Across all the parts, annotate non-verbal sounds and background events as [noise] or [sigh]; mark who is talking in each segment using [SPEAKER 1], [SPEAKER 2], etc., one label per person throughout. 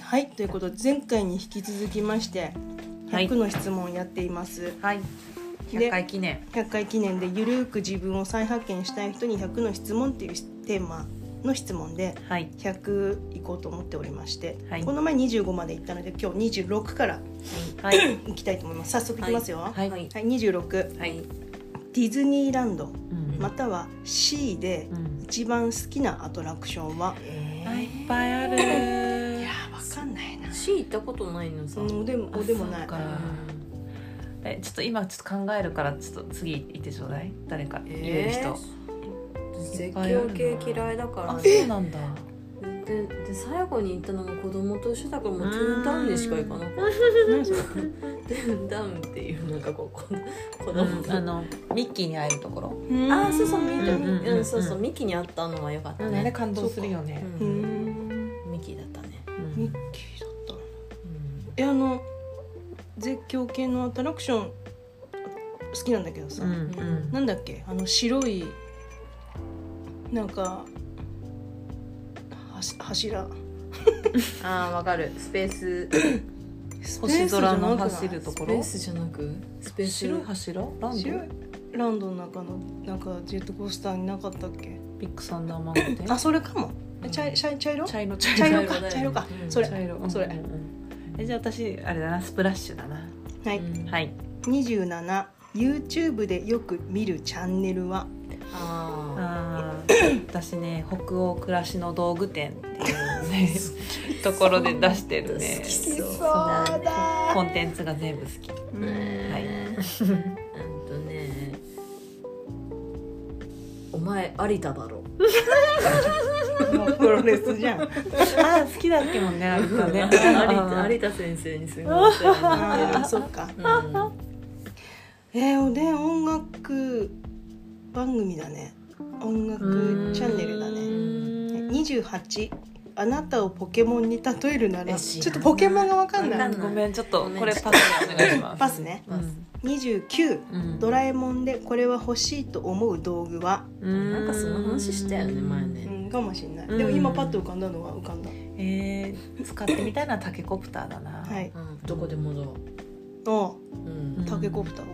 [SPEAKER 1] はいということで前回に引き続きまして
[SPEAKER 2] はい
[SPEAKER 1] 100の質問をやっています、
[SPEAKER 2] はい。
[SPEAKER 1] で
[SPEAKER 2] 100回記念。
[SPEAKER 1] 100回記念でゆるーく自分を再発見したい人に100の質問っていうテーマの質問で
[SPEAKER 2] はい。
[SPEAKER 1] 100いこうと思っておりまして、
[SPEAKER 2] はい
[SPEAKER 1] この前25まで行ったので今日26から
[SPEAKER 2] はい。
[SPEAKER 1] 行きたいと思います早速いきますよは
[SPEAKER 2] はい。
[SPEAKER 1] い、26デ
[SPEAKER 2] はい。
[SPEAKER 1] ィズニーランド
[SPEAKER 2] うん
[SPEAKER 1] または C で
[SPEAKER 2] うん。
[SPEAKER 1] 一番好きなアトラクションは、
[SPEAKER 2] あいっぱいある。
[SPEAKER 1] いわかんないな
[SPEAKER 3] C 行ったことないのさ、
[SPEAKER 1] うん、おでもおでもない
[SPEAKER 2] あそうかえ、ちょっと今ちょっと考えるから、ちょっと次行ってちょうだい。誰か言える人。
[SPEAKER 3] 絶叫系嫌いだから
[SPEAKER 2] あ、
[SPEAKER 3] ね
[SPEAKER 2] そうなんだ。
[SPEAKER 3] でで最後に行ったのが子供と一緒だからもうトゥーンタウンにしか行かなかっ
[SPEAKER 1] 何それ
[SPEAKER 3] たトゥーンタウンっていうなんかこうこ
[SPEAKER 1] [laughs]
[SPEAKER 2] う
[SPEAKER 3] 子供
[SPEAKER 2] ん、あ
[SPEAKER 3] と、
[SPEAKER 2] の、ミッキーに会えるところ。
[SPEAKER 3] ああそうそうミキ、
[SPEAKER 2] うんうんうんうん
[SPEAKER 3] うん、そうそうミキに会ったのは良かった
[SPEAKER 2] あれ
[SPEAKER 3] ね、
[SPEAKER 2] 感動するよね。
[SPEAKER 1] う
[SPEAKER 3] うん
[SPEAKER 1] ん
[SPEAKER 3] ミキだったね、
[SPEAKER 2] うん
[SPEAKER 1] ミッキーだったのえあの絶叫系のアトラクション好きなんだけどさ、
[SPEAKER 2] うんうん
[SPEAKER 1] なんだっけあの白いなんかはし柱
[SPEAKER 2] ああ、わかる。
[SPEAKER 3] スペース
[SPEAKER 2] 星空の
[SPEAKER 1] スペー
[SPEAKER 2] 走
[SPEAKER 1] スじゃなくない
[SPEAKER 2] ると
[SPEAKER 3] ス
[SPEAKER 2] こ
[SPEAKER 3] ペ
[SPEAKER 2] ろ
[SPEAKER 3] ー。スじゃなくスペース
[SPEAKER 2] 白い柱。ランド。
[SPEAKER 1] 白いランドの中のなんかジェットコースターになかったっけ
[SPEAKER 2] ビッグサンダーマウンテン。
[SPEAKER 1] あそれかもえ茶茶茶色
[SPEAKER 2] 茶色。
[SPEAKER 1] 茶
[SPEAKER 2] 茶
[SPEAKER 1] 色
[SPEAKER 3] 茶
[SPEAKER 1] か
[SPEAKER 3] 色だよね
[SPEAKER 1] 茶色か
[SPEAKER 3] うん
[SPEAKER 1] それ
[SPEAKER 2] 茶色。
[SPEAKER 1] それ
[SPEAKER 2] うんうんうんえ、じゃあ、私、あれだな、スプラッシュだな。
[SPEAKER 1] はい
[SPEAKER 3] うん
[SPEAKER 2] はい。
[SPEAKER 1] 27 YouTube でよく見るチャンネルは
[SPEAKER 3] あ
[SPEAKER 2] あー私ね北欧暮らしの道具店っていうねところで出してるね
[SPEAKER 3] 好きそう
[SPEAKER 2] そう
[SPEAKER 1] だ
[SPEAKER 2] コンテンツが全部好き
[SPEAKER 3] あ
[SPEAKER 2] はい
[SPEAKER 3] ねえうんとねお前有田だろ
[SPEAKER 1] もうプロレスじゃん
[SPEAKER 2] あ好きだっけもん [laughs] ねあれだね
[SPEAKER 3] 有田有田先生にすごいお世話にな
[SPEAKER 1] あ
[SPEAKER 3] っ
[SPEAKER 1] ー
[SPEAKER 3] て
[SPEAKER 1] そっか
[SPEAKER 3] るうん
[SPEAKER 1] えー、おでん音楽番組だね音楽チャンネルだ
[SPEAKER 2] う
[SPEAKER 1] ね
[SPEAKER 2] ーん
[SPEAKER 1] 28あなたをポケモンに例えるなら
[SPEAKER 3] え
[SPEAKER 1] ち
[SPEAKER 3] 知
[SPEAKER 1] ょ
[SPEAKER 3] ら
[SPEAKER 1] っ
[SPEAKER 3] ん
[SPEAKER 1] とポケモンがわかんな
[SPEAKER 3] わ
[SPEAKER 1] い
[SPEAKER 3] かんない
[SPEAKER 2] ごめんちょっと
[SPEAKER 3] ごめん
[SPEAKER 2] これパスでお願いします
[SPEAKER 1] パスね
[SPEAKER 2] うん
[SPEAKER 1] 29
[SPEAKER 2] うん
[SPEAKER 1] ドラえもんでこれは欲しいと思う道具は、
[SPEAKER 2] うーん
[SPEAKER 3] なんかその話したよね前
[SPEAKER 1] う
[SPEAKER 3] ね
[SPEAKER 1] ん、かもしれない、
[SPEAKER 2] うん
[SPEAKER 1] でも今パッと浮かんだのは浮かんだ
[SPEAKER 2] えー使ってみたいのはタケコプターだな
[SPEAKER 1] はい
[SPEAKER 3] うんどこでもどう
[SPEAKER 1] お
[SPEAKER 3] うん
[SPEAKER 1] タケコプター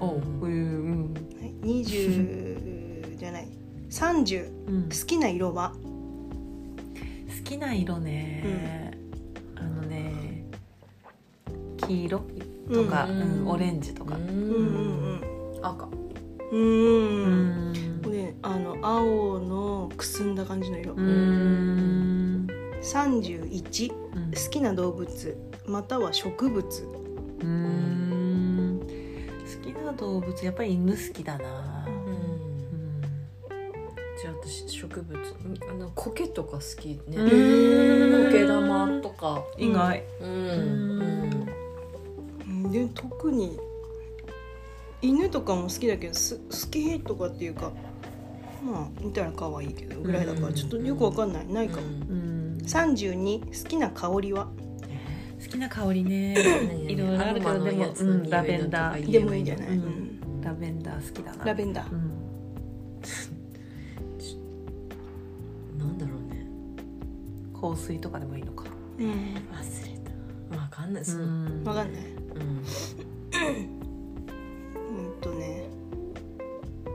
[SPEAKER 1] おでん、
[SPEAKER 2] おううん
[SPEAKER 1] はい、20じゃない30
[SPEAKER 2] うん
[SPEAKER 1] 好きな色は
[SPEAKER 2] 好きな色ね、あのね黄色とか、
[SPEAKER 3] う
[SPEAKER 2] うんんオレンジと
[SPEAKER 3] う
[SPEAKER 2] か、
[SPEAKER 1] うんうん
[SPEAKER 3] ん赤
[SPEAKER 1] うんうん
[SPEAKER 2] う
[SPEAKER 1] うん
[SPEAKER 2] ん
[SPEAKER 1] おでんあの青のくすんだ感じの色、
[SPEAKER 2] うーん
[SPEAKER 1] 31好
[SPEAKER 2] うん
[SPEAKER 1] きな動物または植物
[SPEAKER 2] うーん好きな動物やっぱり犬好きだな、
[SPEAKER 3] うん
[SPEAKER 2] うん
[SPEAKER 3] じゃあ私植物あの苔とか好き
[SPEAKER 2] う
[SPEAKER 3] ね
[SPEAKER 2] ん
[SPEAKER 3] 苔玉とか
[SPEAKER 2] 意外、
[SPEAKER 3] うん
[SPEAKER 2] ん
[SPEAKER 1] うんで特に犬とかも好きだけどす好きとかっていうかまあ見たら可愛いけどぐらいだから
[SPEAKER 3] うん
[SPEAKER 1] ちょっとよくわかんないな
[SPEAKER 3] ない
[SPEAKER 1] かも、
[SPEAKER 2] うん、
[SPEAKER 1] 32好きな香りは
[SPEAKER 2] 好きな香りねいろいろあるけどでも、うん、ラベンダー
[SPEAKER 3] いい
[SPEAKER 1] でもいいんじゃない、う
[SPEAKER 2] うんんラベンダー好きだな
[SPEAKER 1] ラベンダー
[SPEAKER 2] うん、
[SPEAKER 3] なんだろうね
[SPEAKER 2] 香水とかでもいいのか
[SPEAKER 1] うん
[SPEAKER 3] 忘れたわかんないその
[SPEAKER 2] ん
[SPEAKER 1] わかんない
[SPEAKER 3] うん
[SPEAKER 1] うんとね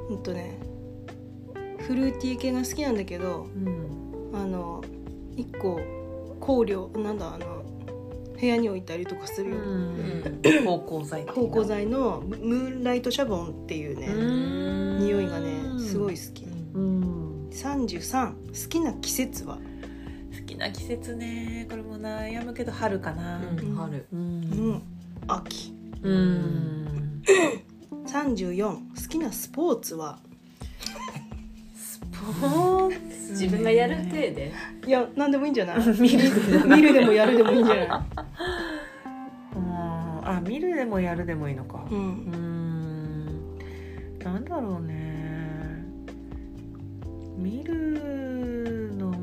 [SPEAKER 1] うんとねフルーティー系が好きなんだけど
[SPEAKER 2] うん
[SPEAKER 1] あの一個香料なんだあの部屋に置いたりとかす
[SPEAKER 2] う
[SPEAKER 1] るような、
[SPEAKER 2] ん芳香剤的な
[SPEAKER 1] 芳香剤のムムーンライトシャボンっていうね、
[SPEAKER 2] うん
[SPEAKER 1] 匂いがねすごい好き、
[SPEAKER 2] うん
[SPEAKER 1] 33好きな季節は
[SPEAKER 2] 好きな季節ねこれも悩むけど春かな
[SPEAKER 3] うん春
[SPEAKER 2] うん
[SPEAKER 1] ん秋
[SPEAKER 2] うん
[SPEAKER 1] 34好きなスポーツは
[SPEAKER 2] スポーツ
[SPEAKER 3] 自分がやる体で
[SPEAKER 1] いや何でもいいんじゃ
[SPEAKER 2] [laughs]
[SPEAKER 1] ない
[SPEAKER 2] 見る
[SPEAKER 1] 見るでもやるでもいいんじゃ
[SPEAKER 2] [laughs]
[SPEAKER 1] な
[SPEAKER 2] うんあ見るでもやるでもいいのか
[SPEAKER 1] い、う、
[SPEAKER 2] うんんなんだろうね見るのは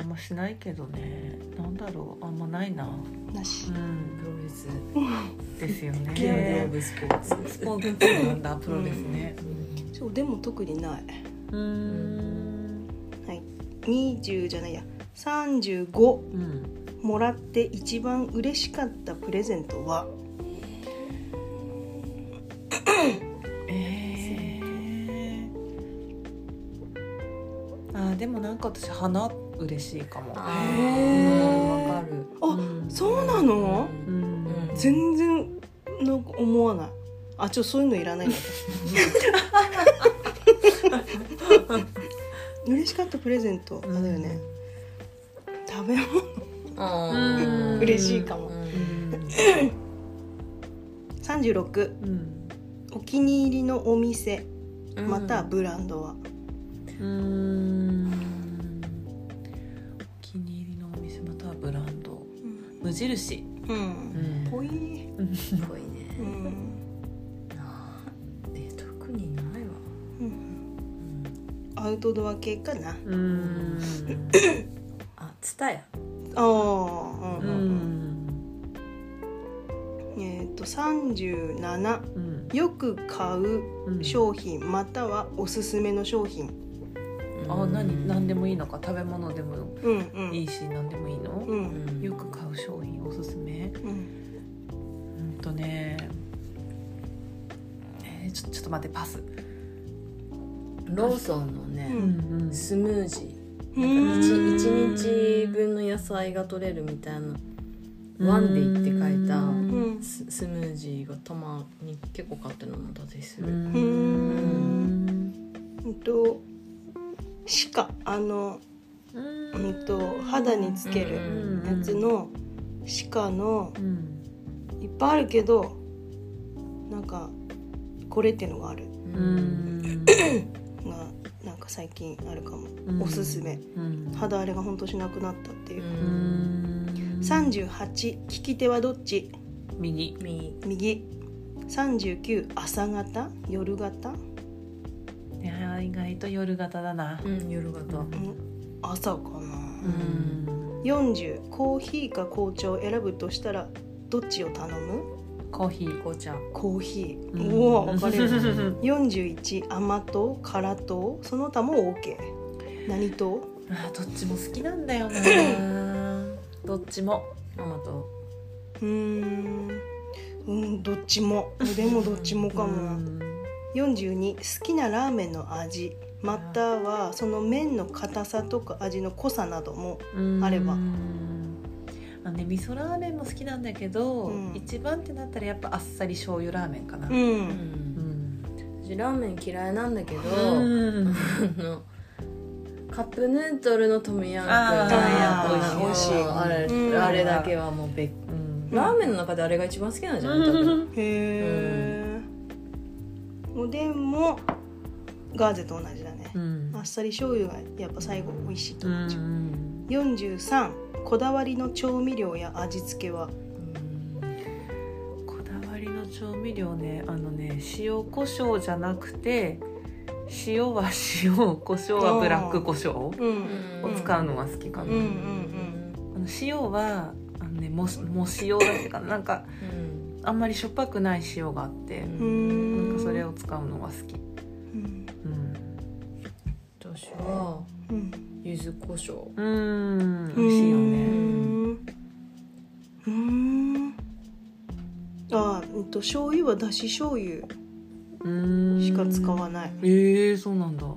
[SPEAKER 2] あんましないけどねなんだろうあんまないな
[SPEAKER 1] なし
[SPEAKER 2] うん
[SPEAKER 3] プロレス
[SPEAKER 2] ですよね
[SPEAKER 1] いやで
[SPEAKER 3] ブスポーツ
[SPEAKER 2] スポーツなんだプロですね
[SPEAKER 1] そうでも特にない
[SPEAKER 2] うん
[SPEAKER 1] 20じゃないや35
[SPEAKER 2] うん
[SPEAKER 1] もらって一番嬉しかったプレゼントは
[SPEAKER 2] えー、あーでもなんか私花嬉しいかも
[SPEAKER 3] あ
[SPEAKER 1] へー
[SPEAKER 3] ーわかる
[SPEAKER 1] あ、
[SPEAKER 2] うん
[SPEAKER 1] そうなの、
[SPEAKER 2] う
[SPEAKER 3] うんん
[SPEAKER 1] 全然なんか思わないあちょっとそういうのいらないな嬉しかったプレゼントあれだよね、食べ物
[SPEAKER 3] あ
[SPEAKER 2] う
[SPEAKER 3] ー
[SPEAKER 2] ん
[SPEAKER 1] 嬉しいかも、
[SPEAKER 3] うん
[SPEAKER 1] 36
[SPEAKER 2] うん
[SPEAKER 1] お気に入りのお店
[SPEAKER 3] うん
[SPEAKER 1] またはブランドは、
[SPEAKER 2] うーんお気に入りのお店またはブランド
[SPEAKER 1] うん
[SPEAKER 2] 無印、ん
[SPEAKER 1] ぽい、
[SPEAKER 3] すごいね
[SPEAKER 1] うん
[SPEAKER 3] なあね特にないわ
[SPEAKER 1] うん、
[SPEAKER 3] うん
[SPEAKER 1] アウトドア系かな
[SPEAKER 2] うーん
[SPEAKER 3] あツタヤ
[SPEAKER 1] ああう
[SPEAKER 2] う
[SPEAKER 1] んうん
[SPEAKER 2] ん
[SPEAKER 1] うんえっ、と37
[SPEAKER 2] うん
[SPEAKER 1] よく買う
[SPEAKER 2] うん
[SPEAKER 1] 商品またはおすすめの商品
[SPEAKER 2] あ何何でもいいのか食べ物でも
[SPEAKER 1] うんうん
[SPEAKER 2] いいし何でもいいの
[SPEAKER 1] う
[SPEAKER 3] うんん
[SPEAKER 2] よく買う商品おすすめ
[SPEAKER 1] うん
[SPEAKER 2] うんとねえーちょちょっと待ってパス
[SPEAKER 3] ローソンの
[SPEAKER 1] う
[SPEAKER 3] ね
[SPEAKER 1] ん
[SPEAKER 2] うん
[SPEAKER 3] スムージー
[SPEAKER 1] う
[SPEAKER 3] なん
[SPEAKER 1] ん
[SPEAKER 3] か一一日分の野菜が取れるみたいなワンデイって書いた
[SPEAKER 1] うん
[SPEAKER 3] ススムージーがたまに結構買って飲んだりす
[SPEAKER 2] う
[SPEAKER 3] る
[SPEAKER 2] ん
[SPEAKER 1] んうんと歯科あの
[SPEAKER 2] うん
[SPEAKER 1] うんと肌につける
[SPEAKER 2] うん
[SPEAKER 1] やつの歯科の
[SPEAKER 2] うん
[SPEAKER 1] いっぱいあるけどなんかこれっていうのがある
[SPEAKER 3] うん
[SPEAKER 2] うん
[SPEAKER 1] がなんか最近あるかも、
[SPEAKER 2] うん
[SPEAKER 1] おすすめ
[SPEAKER 2] うん
[SPEAKER 1] 肌荒れがほんとしなくなったっていうう、
[SPEAKER 2] うん
[SPEAKER 1] 38利き手はどっち
[SPEAKER 2] 右
[SPEAKER 3] み
[SPEAKER 1] 右39朝方夜型、
[SPEAKER 2] いやー意外と夜型だな
[SPEAKER 3] うん夜型
[SPEAKER 1] うん、朝かな、
[SPEAKER 2] うん
[SPEAKER 1] 40コーヒーか紅茶を選ぶとしたらどっちを頼む
[SPEAKER 2] コーヒー
[SPEAKER 3] 紅茶
[SPEAKER 1] コーヒー、
[SPEAKER 2] うん
[SPEAKER 1] うわ分かれる
[SPEAKER 2] うん
[SPEAKER 1] [laughs] 41甘党辛党その他も OK 何党
[SPEAKER 2] あーどっちも好きなんだよなどっちも
[SPEAKER 3] ママと
[SPEAKER 1] うーんうんどっちもでもどっちもかもな、42好きなラーメンの味またはその麺の硬さとか味の濃さなども
[SPEAKER 2] うん
[SPEAKER 1] あれば
[SPEAKER 2] うんあのね味噌ラーメンも好きなんだけど、
[SPEAKER 1] うん
[SPEAKER 2] 一番ってなったらやっぱあっさり醤油ラーメンかな
[SPEAKER 1] う
[SPEAKER 3] うんん
[SPEAKER 2] ん
[SPEAKER 3] 私ラーメン嫌いなんだけど
[SPEAKER 2] うん
[SPEAKER 3] あのカップヌードルのトムヤムクン
[SPEAKER 2] あー
[SPEAKER 3] が
[SPEAKER 1] 美味しい
[SPEAKER 3] あれ
[SPEAKER 1] うん
[SPEAKER 3] あれだけはもう別
[SPEAKER 2] うん
[SPEAKER 3] ラーメンの中であれが一番好きなんじゃない多分
[SPEAKER 2] う
[SPEAKER 1] へえおでんもガーゼと同じだね
[SPEAKER 2] ん
[SPEAKER 1] あっさり醤油がやっぱ最後美味しいと思っちゃう、
[SPEAKER 2] ん
[SPEAKER 1] 43こだわりの調味料や味付けは
[SPEAKER 2] こだわりの調味料ねあのね塩コショウじゃなくて塩は塩コショウはブラックコショウ
[SPEAKER 1] うん
[SPEAKER 3] ん
[SPEAKER 2] を使うのが好きかな、
[SPEAKER 1] うん
[SPEAKER 2] あの塩はあの、ね、もも塩だってかななんかあんまりしょっぱくない塩があって
[SPEAKER 1] うー
[SPEAKER 2] なんんかそれを使うのが好き、
[SPEAKER 1] うん
[SPEAKER 2] うん、
[SPEAKER 3] 私は
[SPEAKER 1] うん
[SPEAKER 3] 柚子胡椒
[SPEAKER 2] うーん美味しいよ
[SPEAKER 1] う
[SPEAKER 2] ね
[SPEAKER 1] んうーんあうんと醤油はだし醤油
[SPEAKER 2] うーん
[SPEAKER 1] しか使わない
[SPEAKER 2] えー、そうなんだ
[SPEAKER 3] だ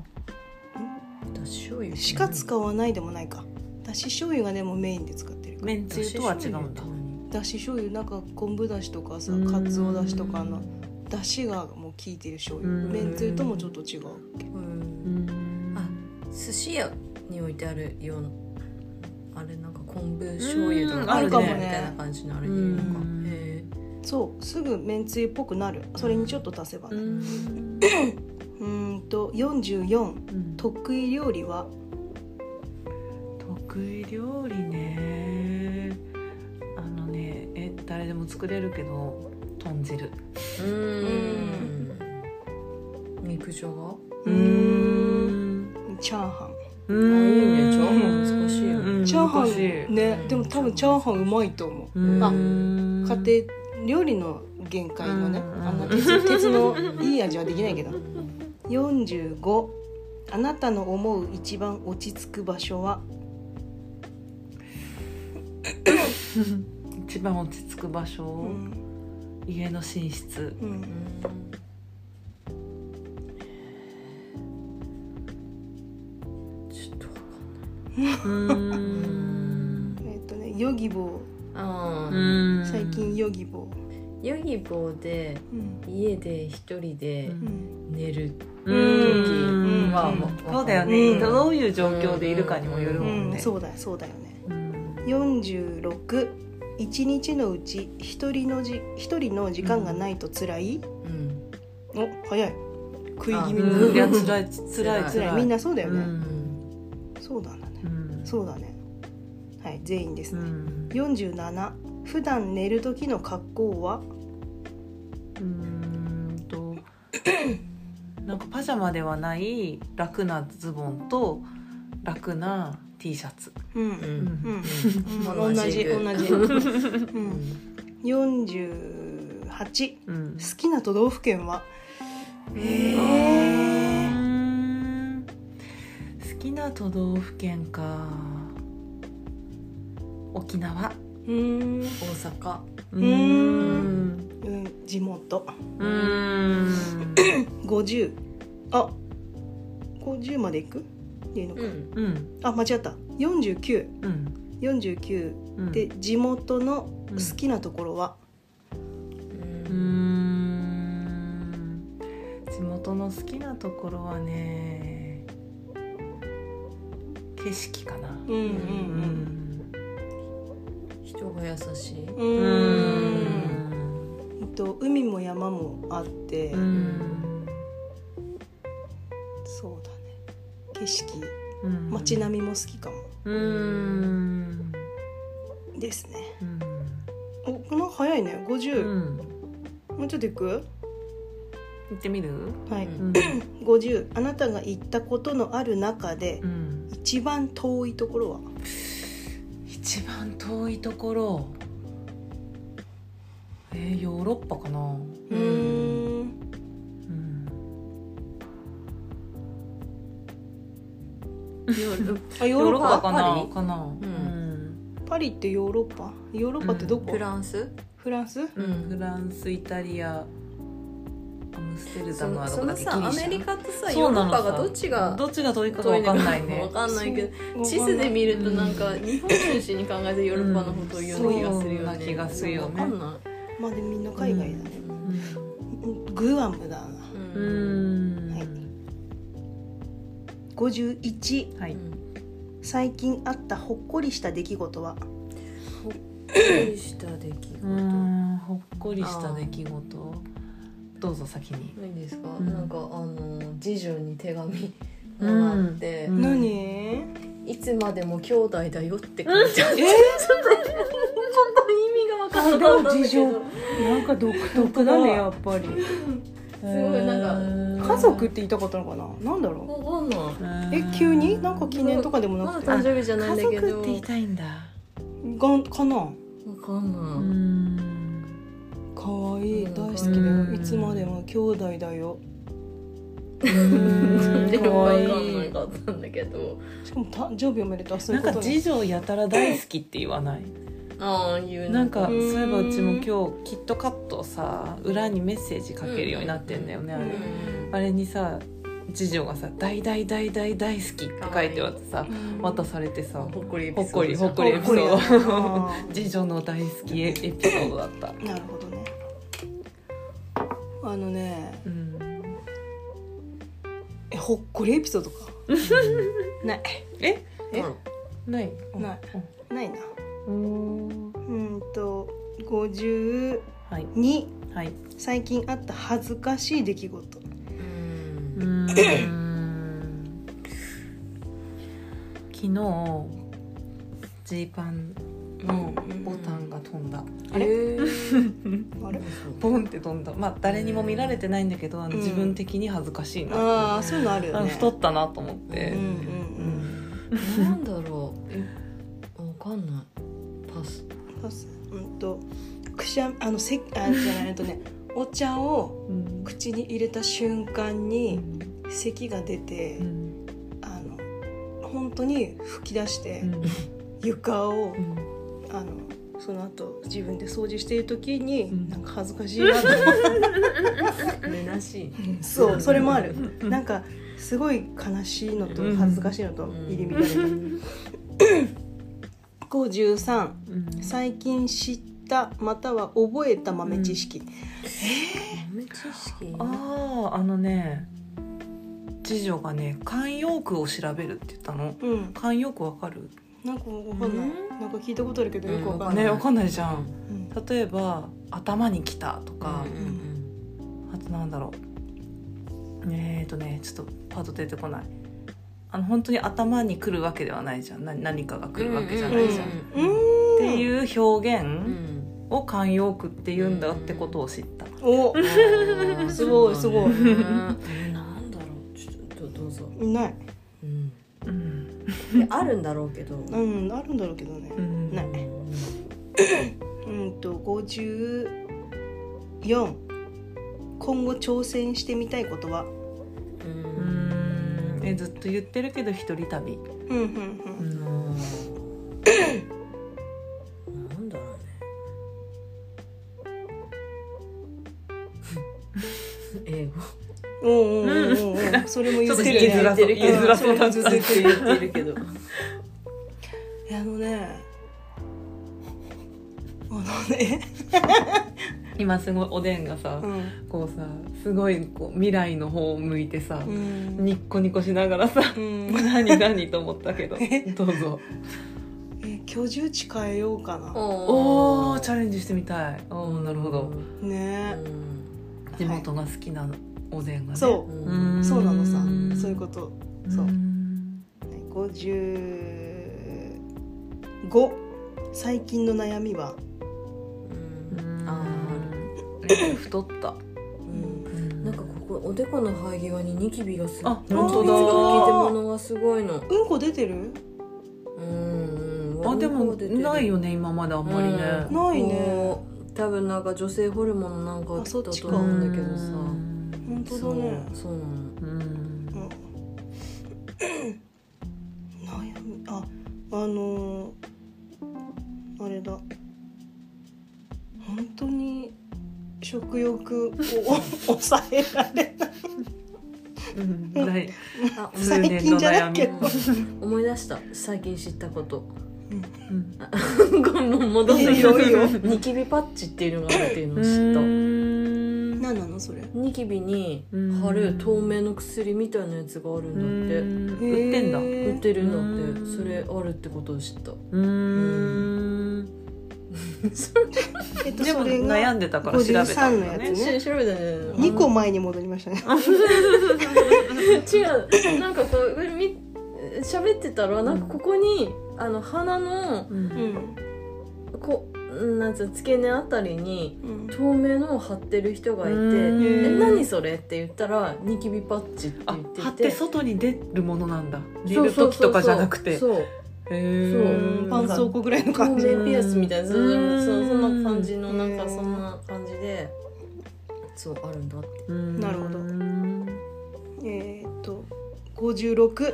[SPEAKER 3] し醤油
[SPEAKER 1] しか使わないでもないかだし醤油がでもメインで使ってるか
[SPEAKER 2] めんつゆとは違うんだ
[SPEAKER 1] だし醤油なんか昆布だしとかさ
[SPEAKER 2] うん
[SPEAKER 1] かつおだしとかあのだしがもう効いてる醤油
[SPEAKER 2] うん
[SPEAKER 1] めんつゆともちょっと違う
[SPEAKER 2] うん
[SPEAKER 3] 寿司屋に置いてあるようなあれなんか昆布醤油とか
[SPEAKER 1] うんあるかもね
[SPEAKER 3] みたいな感じのあれ
[SPEAKER 2] う
[SPEAKER 3] で
[SPEAKER 2] ん
[SPEAKER 3] なんかへ
[SPEAKER 1] そうすぐめんつゆっぽくなるそれにちょっと足せば
[SPEAKER 2] う
[SPEAKER 1] ね
[SPEAKER 2] ん
[SPEAKER 1] うーんと44
[SPEAKER 2] うん
[SPEAKER 1] 得意料理は
[SPEAKER 2] 得意料理ねあのねえ誰でも作れるけど豚汁
[SPEAKER 3] えうん肉じゃが
[SPEAKER 1] うーんチャーハ
[SPEAKER 2] う
[SPEAKER 3] あいいねチャーハ
[SPEAKER 2] ん
[SPEAKER 3] ン難しいよね
[SPEAKER 2] うん
[SPEAKER 1] ンチャーハ
[SPEAKER 2] 難しい
[SPEAKER 1] ンね
[SPEAKER 3] うん
[SPEAKER 1] でも多分チャーハンうまいと思う
[SPEAKER 2] うん
[SPEAKER 3] あ
[SPEAKER 2] 家
[SPEAKER 1] 家庭料理の限界のね
[SPEAKER 2] うん
[SPEAKER 1] あんな鉄鉄のいい味はできないけど45あなたの思う一番落ち着く場所は
[SPEAKER 2] 一番落ち着く場所、
[SPEAKER 1] うん
[SPEAKER 2] 家の寝室
[SPEAKER 1] う
[SPEAKER 3] うんんちょっとわか
[SPEAKER 2] うーん
[SPEAKER 1] えっとねヨギボ
[SPEAKER 3] ん
[SPEAKER 2] う
[SPEAKER 3] ないうん
[SPEAKER 2] ーん
[SPEAKER 1] ー最近ヨギボー
[SPEAKER 3] ヨギボーで
[SPEAKER 1] うん
[SPEAKER 3] 家で一人で
[SPEAKER 1] うん
[SPEAKER 3] 寝る
[SPEAKER 2] うー
[SPEAKER 1] うん
[SPEAKER 2] ん
[SPEAKER 1] まあ
[SPEAKER 2] うん
[SPEAKER 1] ま
[SPEAKER 3] あ
[SPEAKER 2] そうだよね、
[SPEAKER 1] うん
[SPEAKER 2] どういう状況でいるかにもよるも
[SPEAKER 1] う
[SPEAKER 2] ん
[SPEAKER 1] ん
[SPEAKER 2] ね、
[SPEAKER 1] そうだそうだよね
[SPEAKER 2] うん
[SPEAKER 1] 46一日のうち一人のじ一人の時間がないと辛い、
[SPEAKER 3] うん
[SPEAKER 1] お早い食い気味
[SPEAKER 2] う
[SPEAKER 1] の
[SPEAKER 2] ん、いや辛い辛い
[SPEAKER 3] 辛
[SPEAKER 1] [laughs] 辛
[SPEAKER 2] 辛
[SPEAKER 1] い
[SPEAKER 2] い
[SPEAKER 1] みんなそうだよね、
[SPEAKER 2] う
[SPEAKER 3] うんん
[SPEAKER 1] そうだなね
[SPEAKER 2] うん
[SPEAKER 1] そうだねはい全員です
[SPEAKER 2] う
[SPEAKER 1] ね、
[SPEAKER 2] ん
[SPEAKER 1] 47普段寝る時の格好は
[SPEAKER 2] うーんとなんかパジャマではない楽なズボンと楽な T シャツ、
[SPEAKER 1] うん、
[SPEAKER 3] う
[SPEAKER 1] うん
[SPEAKER 3] ん
[SPEAKER 1] うん
[SPEAKER 3] う
[SPEAKER 1] 同
[SPEAKER 3] ん
[SPEAKER 1] じ同じ、
[SPEAKER 3] う
[SPEAKER 1] う、
[SPEAKER 3] うんん
[SPEAKER 1] 48
[SPEAKER 2] うん、
[SPEAKER 1] 好きな都道府県は
[SPEAKER 2] う
[SPEAKER 1] えー
[SPEAKER 2] ーん好きな都道府県か沖縄
[SPEAKER 1] うーん
[SPEAKER 3] 大阪
[SPEAKER 2] う
[SPEAKER 1] ー
[SPEAKER 2] ん
[SPEAKER 1] うん地元
[SPEAKER 2] うーん
[SPEAKER 1] 50あ50までいくでいいのか、
[SPEAKER 3] ん
[SPEAKER 2] うん
[SPEAKER 1] あ間違った4949
[SPEAKER 2] うんうん
[SPEAKER 1] で地元の
[SPEAKER 2] うん
[SPEAKER 1] 好きなところは、
[SPEAKER 2] うーん地元の好きなところはね景色かな
[SPEAKER 1] うんうん
[SPEAKER 3] 人が優しい
[SPEAKER 1] うん
[SPEAKER 2] う
[SPEAKER 1] うーん
[SPEAKER 2] ん
[SPEAKER 1] えっと海も山もあって、
[SPEAKER 2] うん
[SPEAKER 1] そうだね景色
[SPEAKER 2] うん
[SPEAKER 1] 街並みも好きかも
[SPEAKER 2] うん
[SPEAKER 1] ですね
[SPEAKER 2] うん
[SPEAKER 1] おこの早いね
[SPEAKER 2] う
[SPEAKER 1] 50、
[SPEAKER 2] ん
[SPEAKER 1] もうちょっといく
[SPEAKER 2] 行ってみる
[SPEAKER 1] はい、
[SPEAKER 3] うん
[SPEAKER 2] うん
[SPEAKER 1] 50あなたが行ったことのある中で
[SPEAKER 2] うん
[SPEAKER 1] 一番遠いところは
[SPEAKER 2] 一番遠いところえー、ヨーロッパかな
[SPEAKER 1] うーん
[SPEAKER 2] うん
[SPEAKER 3] 夜
[SPEAKER 1] あヨ
[SPEAKER 2] ヨ
[SPEAKER 1] ーロ
[SPEAKER 2] ー
[SPEAKER 1] ッ
[SPEAKER 2] ロッ
[SPEAKER 1] パ
[SPEAKER 2] パか
[SPEAKER 3] パ
[SPEAKER 2] な
[SPEAKER 3] リ
[SPEAKER 2] かなうん
[SPEAKER 1] パリってヨーロッパヨーロッパってどこ、
[SPEAKER 3] フランス
[SPEAKER 1] フランス
[SPEAKER 2] うん
[SPEAKER 3] うん
[SPEAKER 2] フランスイタリアアムステルダ
[SPEAKER 3] そ
[SPEAKER 2] ムは
[SPEAKER 3] の
[SPEAKER 2] どこ
[SPEAKER 3] そ
[SPEAKER 2] だっ
[SPEAKER 3] の
[SPEAKER 2] け
[SPEAKER 3] さアメリ
[SPEAKER 2] ギ
[SPEAKER 3] カとさ
[SPEAKER 2] リシャ
[SPEAKER 3] ヨ
[SPEAKER 2] そう
[SPEAKER 3] ーロ
[SPEAKER 2] な
[SPEAKER 3] ッ
[SPEAKER 2] の
[SPEAKER 3] パ
[SPEAKER 2] さ
[SPEAKER 3] がどっちが
[SPEAKER 2] どっちが遠いかが分かんないね
[SPEAKER 3] わかんないけど
[SPEAKER 1] ど
[SPEAKER 3] 地図で見るとなんか日本中心に考えてヨーロッパのことを言うような気がするよね。
[SPEAKER 2] うんそうな気がするよね
[SPEAKER 3] わかんな
[SPEAKER 1] まあでもみんな海外だね、
[SPEAKER 3] い。
[SPEAKER 1] グアムだな
[SPEAKER 2] う
[SPEAKER 3] うん
[SPEAKER 2] ん
[SPEAKER 1] はい51
[SPEAKER 2] はい
[SPEAKER 1] 最近あったほっこりした出来事は
[SPEAKER 3] ほっこりした出来事。
[SPEAKER 2] う
[SPEAKER 3] なん
[SPEAKER 2] ほっこりした出来事どうぞ先に
[SPEAKER 3] いですか。
[SPEAKER 2] うん
[SPEAKER 3] なんかあの次女に手紙もらって
[SPEAKER 2] う、ん
[SPEAKER 1] 何
[SPEAKER 3] いつまでも兄弟だよって書 [laughs] いてあって、ちょっと意味が分かんなかったんだけど。
[SPEAKER 1] なんか独特
[SPEAKER 2] だね
[SPEAKER 1] やっぱり
[SPEAKER 2] す
[SPEAKER 3] ごいなん
[SPEAKER 1] 家族って言いたかったのかななんだろ
[SPEAKER 3] わかんな
[SPEAKER 1] うえ急になんか記念とかでも
[SPEAKER 3] い。
[SPEAKER 1] な
[SPEAKER 3] ま
[SPEAKER 1] く
[SPEAKER 3] だ
[SPEAKER 1] て
[SPEAKER 3] 誕生日じゃな
[SPEAKER 2] 家
[SPEAKER 3] いんだけ
[SPEAKER 2] 族
[SPEAKER 3] ど。
[SPEAKER 2] って言いたいんだ
[SPEAKER 1] がかな
[SPEAKER 3] わかん
[SPEAKER 2] う
[SPEAKER 3] ない。
[SPEAKER 2] ん
[SPEAKER 1] かわいい
[SPEAKER 3] うん
[SPEAKER 1] 大好きだ
[SPEAKER 2] う
[SPEAKER 1] よ
[SPEAKER 2] ん
[SPEAKER 1] いつまでも兄弟だよ
[SPEAKER 2] うん
[SPEAKER 3] [laughs] でも
[SPEAKER 2] 可愛
[SPEAKER 3] 分
[SPEAKER 2] い
[SPEAKER 3] かんなかったんだけど。
[SPEAKER 1] しかも誕生日おめでとうそうい
[SPEAKER 2] な
[SPEAKER 1] うんこ
[SPEAKER 2] か
[SPEAKER 1] とね
[SPEAKER 2] 次女やたら大好きって言わない
[SPEAKER 3] ああ言う
[SPEAKER 2] なんかそう
[SPEAKER 1] うん
[SPEAKER 2] いえばうちも今日キットカットさ裏にメッセージ書けるようになってんだよねあ
[SPEAKER 1] う
[SPEAKER 2] れ
[SPEAKER 1] ん
[SPEAKER 2] あれにさ次女がさ「大大大大大好き」って書いてあってさ
[SPEAKER 1] うん
[SPEAKER 2] 渡されてさ
[SPEAKER 3] ほっこりエ
[SPEAKER 2] ほ
[SPEAKER 3] ピ
[SPEAKER 2] っ
[SPEAKER 3] ソ
[SPEAKER 2] こり
[SPEAKER 3] ードじ
[SPEAKER 2] ほ
[SPEAKER 3] ゃん
[SPEAKER 2] っこりエピソー
[SPEAKER 1] ほっこりだ
[SPEAKER 2] ド
[SPEAKER 1] な
[SPEAKER 2] 次女の大好きエエピソードだった
[SPEAKER 1] なるほどねあのね
[SPEAKER 2] うん
[SPEAKER 1] えほっこりエピソード
[SPEAKER 2] [laughs]
[SPEAKER 1] かない
[SPEAKER 2] え
[SPEAKER 1] え
[SPEAKER 3] うん
[SPEAKER 2] ない
[SPEAKER 1] ないないな
[SPEAKER 2] うん
[SPEAKER 1] うーんと52
[SPEAKER 2] はいはい [coughs]
[SPEAKER 1] 最近あった恥ずかしい出来事
[SPEAKER 2] うーん昨日ジーパンのボタンが飛んだ
[SPEAKER 1] あれ
[SPEAKER 3] え [laughs]
[SPEAKER 1] あれ
[SPEAKER 2] ボンって飛んだまあ誰にも見られてないんだけどあの
[SPEAKER 1] うん
[SPEAKER 2] 自分的に恥ずかしいな、
[SPEAKER 1] ああそういうのある
[SPEAKER 2] あ
[SPEAKER 1] よ
[SPEAKER 2] の
[SPEAKER 1] ね
[SPEAKER 2] 太ったなと思って、
[SPEAKER 1] うんうん
[SPEAKER 3] なんだろうえわかんないパス
[SPEAKER 1] うんパスうんとくしゃあのせあじゃないえっとねお茶を
[SPEAKER 2] うん
[SPEAKER 1] 口に入れた瞬間
[SPEAKER 2] う
[SPEAKER 1] に
[SPEAKER 2] ん
[SPEAKER 1] 咳が出て、
[SPEAKER 2] うん
[SPEAKER 1] あの本当に吹き出して、
[SPEAKER 2] うん
[SPEAKER 1] 床を
[SPEAKER 2] うん
[SPEAKER 1] あのその後自分で掃除している時に、
[SPEAKER 2] うん
[SPEAKER 1] なんか恥ずかしい
[SPEAKER 2] [laughs]
[SPEAKER 1] なと思って
[SPEAKER 3] めなし [laughs] い
[SPEAKER 1] そうそれもある
[SPEAKER 2] うん
[SPEAKER 1] なんかすごい悲しいのと恥ずかしいのと
[SPEAKER 3] うん
[SPEAKER 1] 入り乱れてる53
[SPEAKER 2] うん
[SPEAKER 1] 最近知ったまたは覚えた豆知識、
[SPEAKER 3] 豆知識
[SPEAKER 2] あああのね次女がね慣用句を調べるって言ったの
[SPEAKER 1] うん
[SPEAKER 2] 慣用句わかる
[SPEAKER 1] なんかわかんない、
[SPEAKER 3] うん
[SPEAKER 1] なんか聞いたことあるけどよくわかんない、
[SPEAKER 2] ねわかんないじゃん
[SPEAKER 1] うん
[SPEAKER 2] 例えば「頭にきた」とか
[SPEAKER 3] うん、うん
[SPEAKER 2] あとなんだろうえっ、ー、とねちょっとパッと出てこないあの本当に頭に来るわけではないじゃんな何かが来るわけじゃないじゃん、っ
[SPEAKER 1] うん
[SPEAKER 3] ん
[SPEAKER 2] ていう表現
[SPEAKER 3] うん
[SPEAKER 2] を慣用句って言うんだってことを知った、
[SPEAKER 1] お
[SPEAKER 2] [laughs]
[SPEAKER 3] うん
[SPEAKER 1] すごいすごい
[SPEAKER 3] なんだろうちょっとどうぞ
[SPEAKER 1] いない
[SPEAKER 3] うん
[SPEAKER 2] うん
[SPEAKER 3] であるんだろうけど
[SPEAKER 1] うんあるんだろうけどね
[SPEAKER 2] うん
[SPEAKER 1] ないうんと54今後挑戦してみたいことは
[SPEAKER 3] う
[SPEAKER 2] うー
[SPEAKER 3] ん
[SPEAKER 2] んえずっと言ってるけど一人旅、
[SPEAKER 1] うんうん
[SPEAKER 3] うんなんだろうね英語
[SPEAKER 1] うんおうおうおうおうそれも言ってる
[SPEAKER 2] ちょっと言いづら
[SPEAKER 1] ね
[SPEAKER 2] そう言いづらそうだった
[SPEAKER 3] ずっと言ってるけど
[SPEAKER 1] いやあのねあのね、
[SPEAKER 2] 今すごいおでんがさ、
[SPEAKER 1] うん
[SPEAKER 2] こうさすごいこう未来の方を向いてさ、
[SPEAKER 1] うん
[SPEAKER 2] ニッコニコしながらさ
[SPEAKER 1] うん、
[SPEAKER 2] [laughs] 何何と思ったけど
[SPEAKER 1] え
[SPEAKER 2] どうぞ
[SPEAKER 1] え居住地変えようかな
[SPEAKER 2] おおチャレンジしてみたいおーなるほど
[SPEAKER 1] ね
[SPEAKER 2] 地元が好きなおでんがね
[SPEAKER 1] そう
[SPEAKER 2] ーん
[SPEAKER 1] そうなのさそういうことそう
[SPEAKER 2] うーん
[SPEAKER 1] 55最近の悩みは、
[SPEAKER 2] うーん
[SPEAKER 3] あ
[SPEAKER 2] え太った
[SPEAKER 1] うん
[SPEAKER 3] なんかここおでこの生え際にニキビがす
[SPEAKER 2] あ
[SPEAKER 3] ニキビが
[SPEAKER 2] 本当だ
[SPEAKER 3] 効いてるものがすごいの
[SPEAKER 1] うんこ出てる
[SPEAKER 3] うんうん
[SPEAKER 2] あでも
[SPEAKER 3] 割と出てる
[SPEAKER 2] ないよね今まであんまりね
[SPEAKER 3] うん
[SPEAKER 1] ないね
[SPEAKER 3] こう多分なんか女性ホルモンのなんか
[SPEAKER 1] あそっ
[SPEAKER 3] だ
[SPEAKER 1] ち
[SPEAKER 3] と
[SPEAKER 1] か
[SPEAKER 2] う
[SPEAKER 3] 思うんだけどさ
[SPEAKER 1] 本
[SPEAKER 2] ん
[SPEAKER 1] 当だね
[SPEAKER 3] そうそうなの
[SPEAKER 2] うん
[SPEAKER 1] うん悩みああのーあれだ本当に食欲を抑えられない
[SPEAKER 2] うんない
[SPEAKER 3] あ思い
[SPEAKER 2] 通
[SPEAKER 1] 最
[SPEAKER 2] 年の
[SPEAKER 1] 近じゃ
[SPEAKER 2] 悩
[SPEAKER 1] ない
[SPEAKER 2] み
[SPEAKER 1] けど、
[SPEAKER 3] 思い出した最近知ったこと
[SPEAKER 2] うん
[SPEAKER 3] ごめん戻す
[SPEAKER 1] いいよいいよ
[SPEAKER 3] ニキビパッチっていうのがあるっていうの
[SPEAKER 2] う
[SPEAKER 3] を知っ
[SPEAKER 2] ーん
[SPEAKER 1] 何なのそれ
[SPEAKER 3] たニキビに
[SPEAKER 2] うん
[SPEAKER 3] 貼る透明の薬みたいなやつがある
[SPEAKER 2] うん
[SPEAKER 3] だって
[SPEAKER 2] 売ってんだ
[SPEAKER 1] へー
[SPEAKER 3] 売ってるんだ
[SPEAKER 2] う
[SPEAKER 3] っ
[SPEAKER 2] ん
[SPEAKER 3] てそれあるってことを知った
[SPEAKER 2] うーん
[SPEAKER 1] えっと
[SPEAKER 2] でも
[SPEAKER 1] それ
[SPEAKER 2] 悩
[SPEAKER 1] が
[SPEAKER 2] んでたから調べたんだよ
[SPEAKER 1] 53のや
[SPEAKER 2] ね
[SPEAKER 1] つね
[SPEAKER 3] 調べたね
[SPEAKER 1] 2個前に戻りましたね
[SPEAKER 3] [laughs] 違うなんかこうみ喋ってたらなんかここにあの鼻の
[SPEAKER 2] うん
[SPEAKER 1] うん、
[SPEAKER 3] こうんなんつうの付け根あたりに
[SPEAKER 1] うん、
[SPEAKER 3] 透明のを貼ってる人がいて
[SPEAKER 2] うん
[SPEAKER 3] 「え何それ?」って言ったら「ニキビパッチ」って
[SPEAKER 2] あ
[SPEAKER 3] 言ってて
[SPEAKER 2] 貼って外に出るものなんだ出
[SPEAKER 3] そう
[SPEAKER 2] る
[SPEAKER 3] そう
[SPEAKER 2] 時
[SPEAKER 3] そう
[SPEAKER 2] とかじゃなくて
[SPEAKER 3] そう
[SPEAKER 2] へ
[SPEAKER 3] そう
[SPEAKER 2] ー
[SPEAKER 1] 絆創膏ぐらいの
[SPEAKER 3] 透
[SPEAKER 1] 感じ
[SPEAKER 3] 明ピアスみたいなそう
[SPEAKER 2] うん
[SPEAKER 3] そうそんな感じのなん
[SPEAKER 1] う
[SPEAKER 3] か
[SPEAKER 1] ん
[SPEAKER 3] そんな感じでそうあるんだって
[SPEAKER 2] うん
[SPEAKER 1] なるほど
[SPEAKER 2] うん
[SPEAKER 1] えーっと56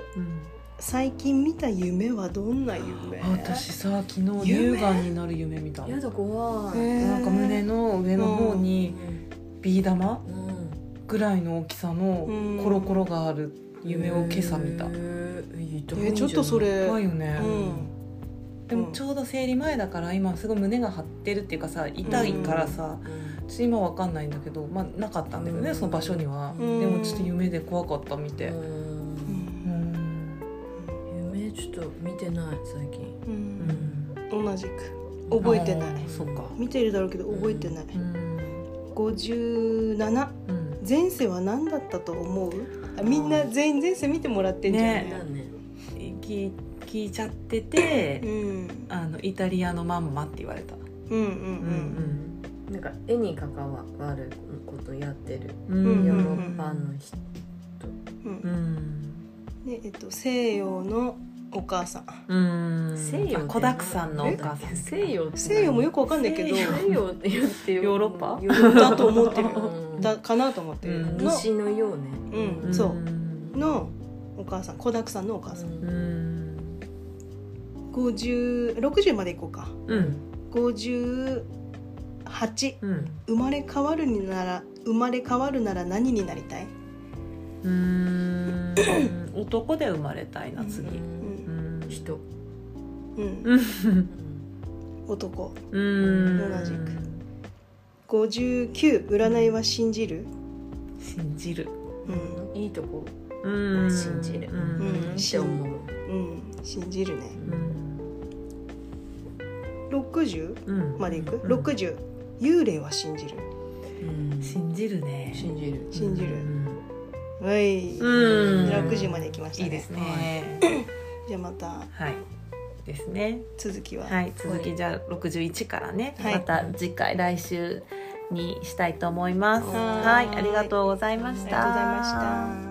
[SPEAKER 1] 最近見た夢はどんな夢
[SPEAKER 2] あ私さ昨日乳
[SPEAKER 1] 夢
[SPEAKER 2] がんになる夢見た
[SPEAKER 3] やだ怖い、
[SPEAKER 2] なんか胸の上の方にビー玉
[SPEAKER 3] うん
[SPEAKER 2] ぐらいの大きさの
[SPEAKER 1] うん
[SPEAKER 2] コロコロがある夢を今朝見た
[SPEAKER 3] え
[SPEAKER 2] 怖
[SPEAKER 3] ー
[SPEAKER 1] え
[SPEAKER 3] 痛いんじゃない
[SPEAKER 1] ーちょっとそれ
[SPEAKER 2] いよね
[SPEAKER 1] うん
[SPEAKER 2] でもちょうど生理前だから今すごい胸が張ってるっていうかさ痛いからさ
[SPEAKER 3] うん
[SPEAKER 2] ちょっと今わかんないんだけどまあなかったんだけど
[SPEAKER 3] う
[SPEAKER 2] ね
[SPEAKER 3] ん
[SPEAKER 2] その場所には
[SPEAKER 1] うん
[SPEAKER 2] でもちょっと夢で怖かった見て
[SPEAKER 1] う
[SPEAKER 2] うんん
[SPEAKER 3] 夢ちょっと見てない最近
[SPEAKER 1] う
[SPEAKER 2] うんん
[SPEAKER 1] 同じく覚えてな
[SPEAKER 2] あ
[SPEAKER 1] い
[SPEAKER 2] ーそっか
[SPEAKER 1] 見てるだろうけど覚えてない
[SPEAKER 2] うん
[SPEAKER 1] 57
[SPEAKER 2] うん
[SPEAKER 1] 前世は何だったと思うあみんな全員前世見てもらってんじゃない、
[SPEAKER 2] ね
[SPEAKER 3] だね
[SPEAKER 2] 聞聞いちゃってて
[SPEAKER 1] うん、
[SPEAKER 2] あのイタリアのまんまって言われた
[SPEAKER 1] うんうん
[SPEAKER 2] うん
[SPEAKER 3] なんか絵に関わることやってる
[SPEAKER 2] う
[SPEAKER 1] うん
[SPEAKER 3] ヨ
[SPEAKER 1] うん
[SPEAKER 3] ーロッパの人
[SPEAKER 1] うん
[SPEAKER 2] う
[SPEAKER 1] うん
[SPEAKER 2] ん
[SPEAKER 1] でえっと西洋のお母さん
[SPEAKER 2] うん
[SPEAKER 3] 西洋
[SPEAKER 2] あ子だくさんのお母さん
[SPEAKER 3] 西洋って何
[SPEAKER 1] 西洋もよくわかんないけど
[SPEAKER 2] 西
[SPEAKER 3] 西洋って言ってよ
[SPEAKER 2] ヨーロッパ
[SPEAKER 3] ヨーロッパ
[SPEAKER 1] だと思ってる
[SPEAKER 3] うん
[SPEAKER 1] だかなと思ってる、
[SPEAKER 2] うん
[SPEAKER 1] の
[SPEAKER 3] 西のようね
[SPEAKER 1] うん
[SPEAKER 2] うん
[SPEAKER 1] そう
[SPEAKER 2] う
[SPEAKER 1] のお母さん子だくさんのお母さん
[SPEAKER 2] ん
[SPEAKER 1] 5060までいこうか
[SPEAKER 2] うん
[SPEAKER 1] 58
[SPEAKER 2] うん
[SPEAKER 1] 生まれ変わるになら生まれ変わるなら何になりたい、
[SPEAKER 2] うー
[SPEAKER 1] [laughs]
[SPEAKER 2] ん男で生まれたいな次
[SPEAKER 3] う
[SPEAKER 1] うん
[SPEAKER 2] うんん
[SPEAKER 3] 人
[SPEAKER 1] うん、
[SPEAKER 2] うん
[SPEAKER 1] 男
[SPEAKER 2] うん
[SPEAKER 1] 同じく59占いは信じる、
[SPEAKER 2] 信じる
[SPEAKER 1] うん
[SPEAKER 3] いいとこ
[SPEAKER 2] うん
[SPEAKER 3] 信じる
[SPEAKER 2] う
[SPEAKER 3] うん
[SPEAKER 2] ん
[SPEAKER 3] って思う
[SPEAKER 1] うん、信じるね
[SPEAKER 2] うん
[SPEAKER 1] 60
[SPEAKER 2] うん
[SPEAKER 1] までいく、
[SPEAKER 2] うん
[SPEAKER 1] 60幽霊は信じる
[SPEAKER 3] うん
[SPEAKER 2] 信じるね
[SPEAKER 3] 信じる
[SPEAKER 1] 信じる
[SPEAKER 2] うん
[SPEAKER 1] はい、
[SPEAKER 2] うん
[SPEAKER 1] 60まで来ました
[SPEAKER 2] い
[SPEAKER 1] ね
[SPEAKER 2] いですね
[SPEAKER 1] じゃあまた
[SPEAKER 2] はいですね
[SPEAKER 1] 続きはは、
[SPEAKER 2] はいい続きじゃあ61からね
[SPEAKER 1] はい
[SPEAKER 2] また次回来週にしたいと思います
[SPEAKER 1] は
[SPEAKER 2] はいいありがとうございま
[SPEAKER 1] あ
[SPEAKER 2] し
[SPEAKER 1] りが
[SPEAKER 2] た
[SPEAKER 1] とうございました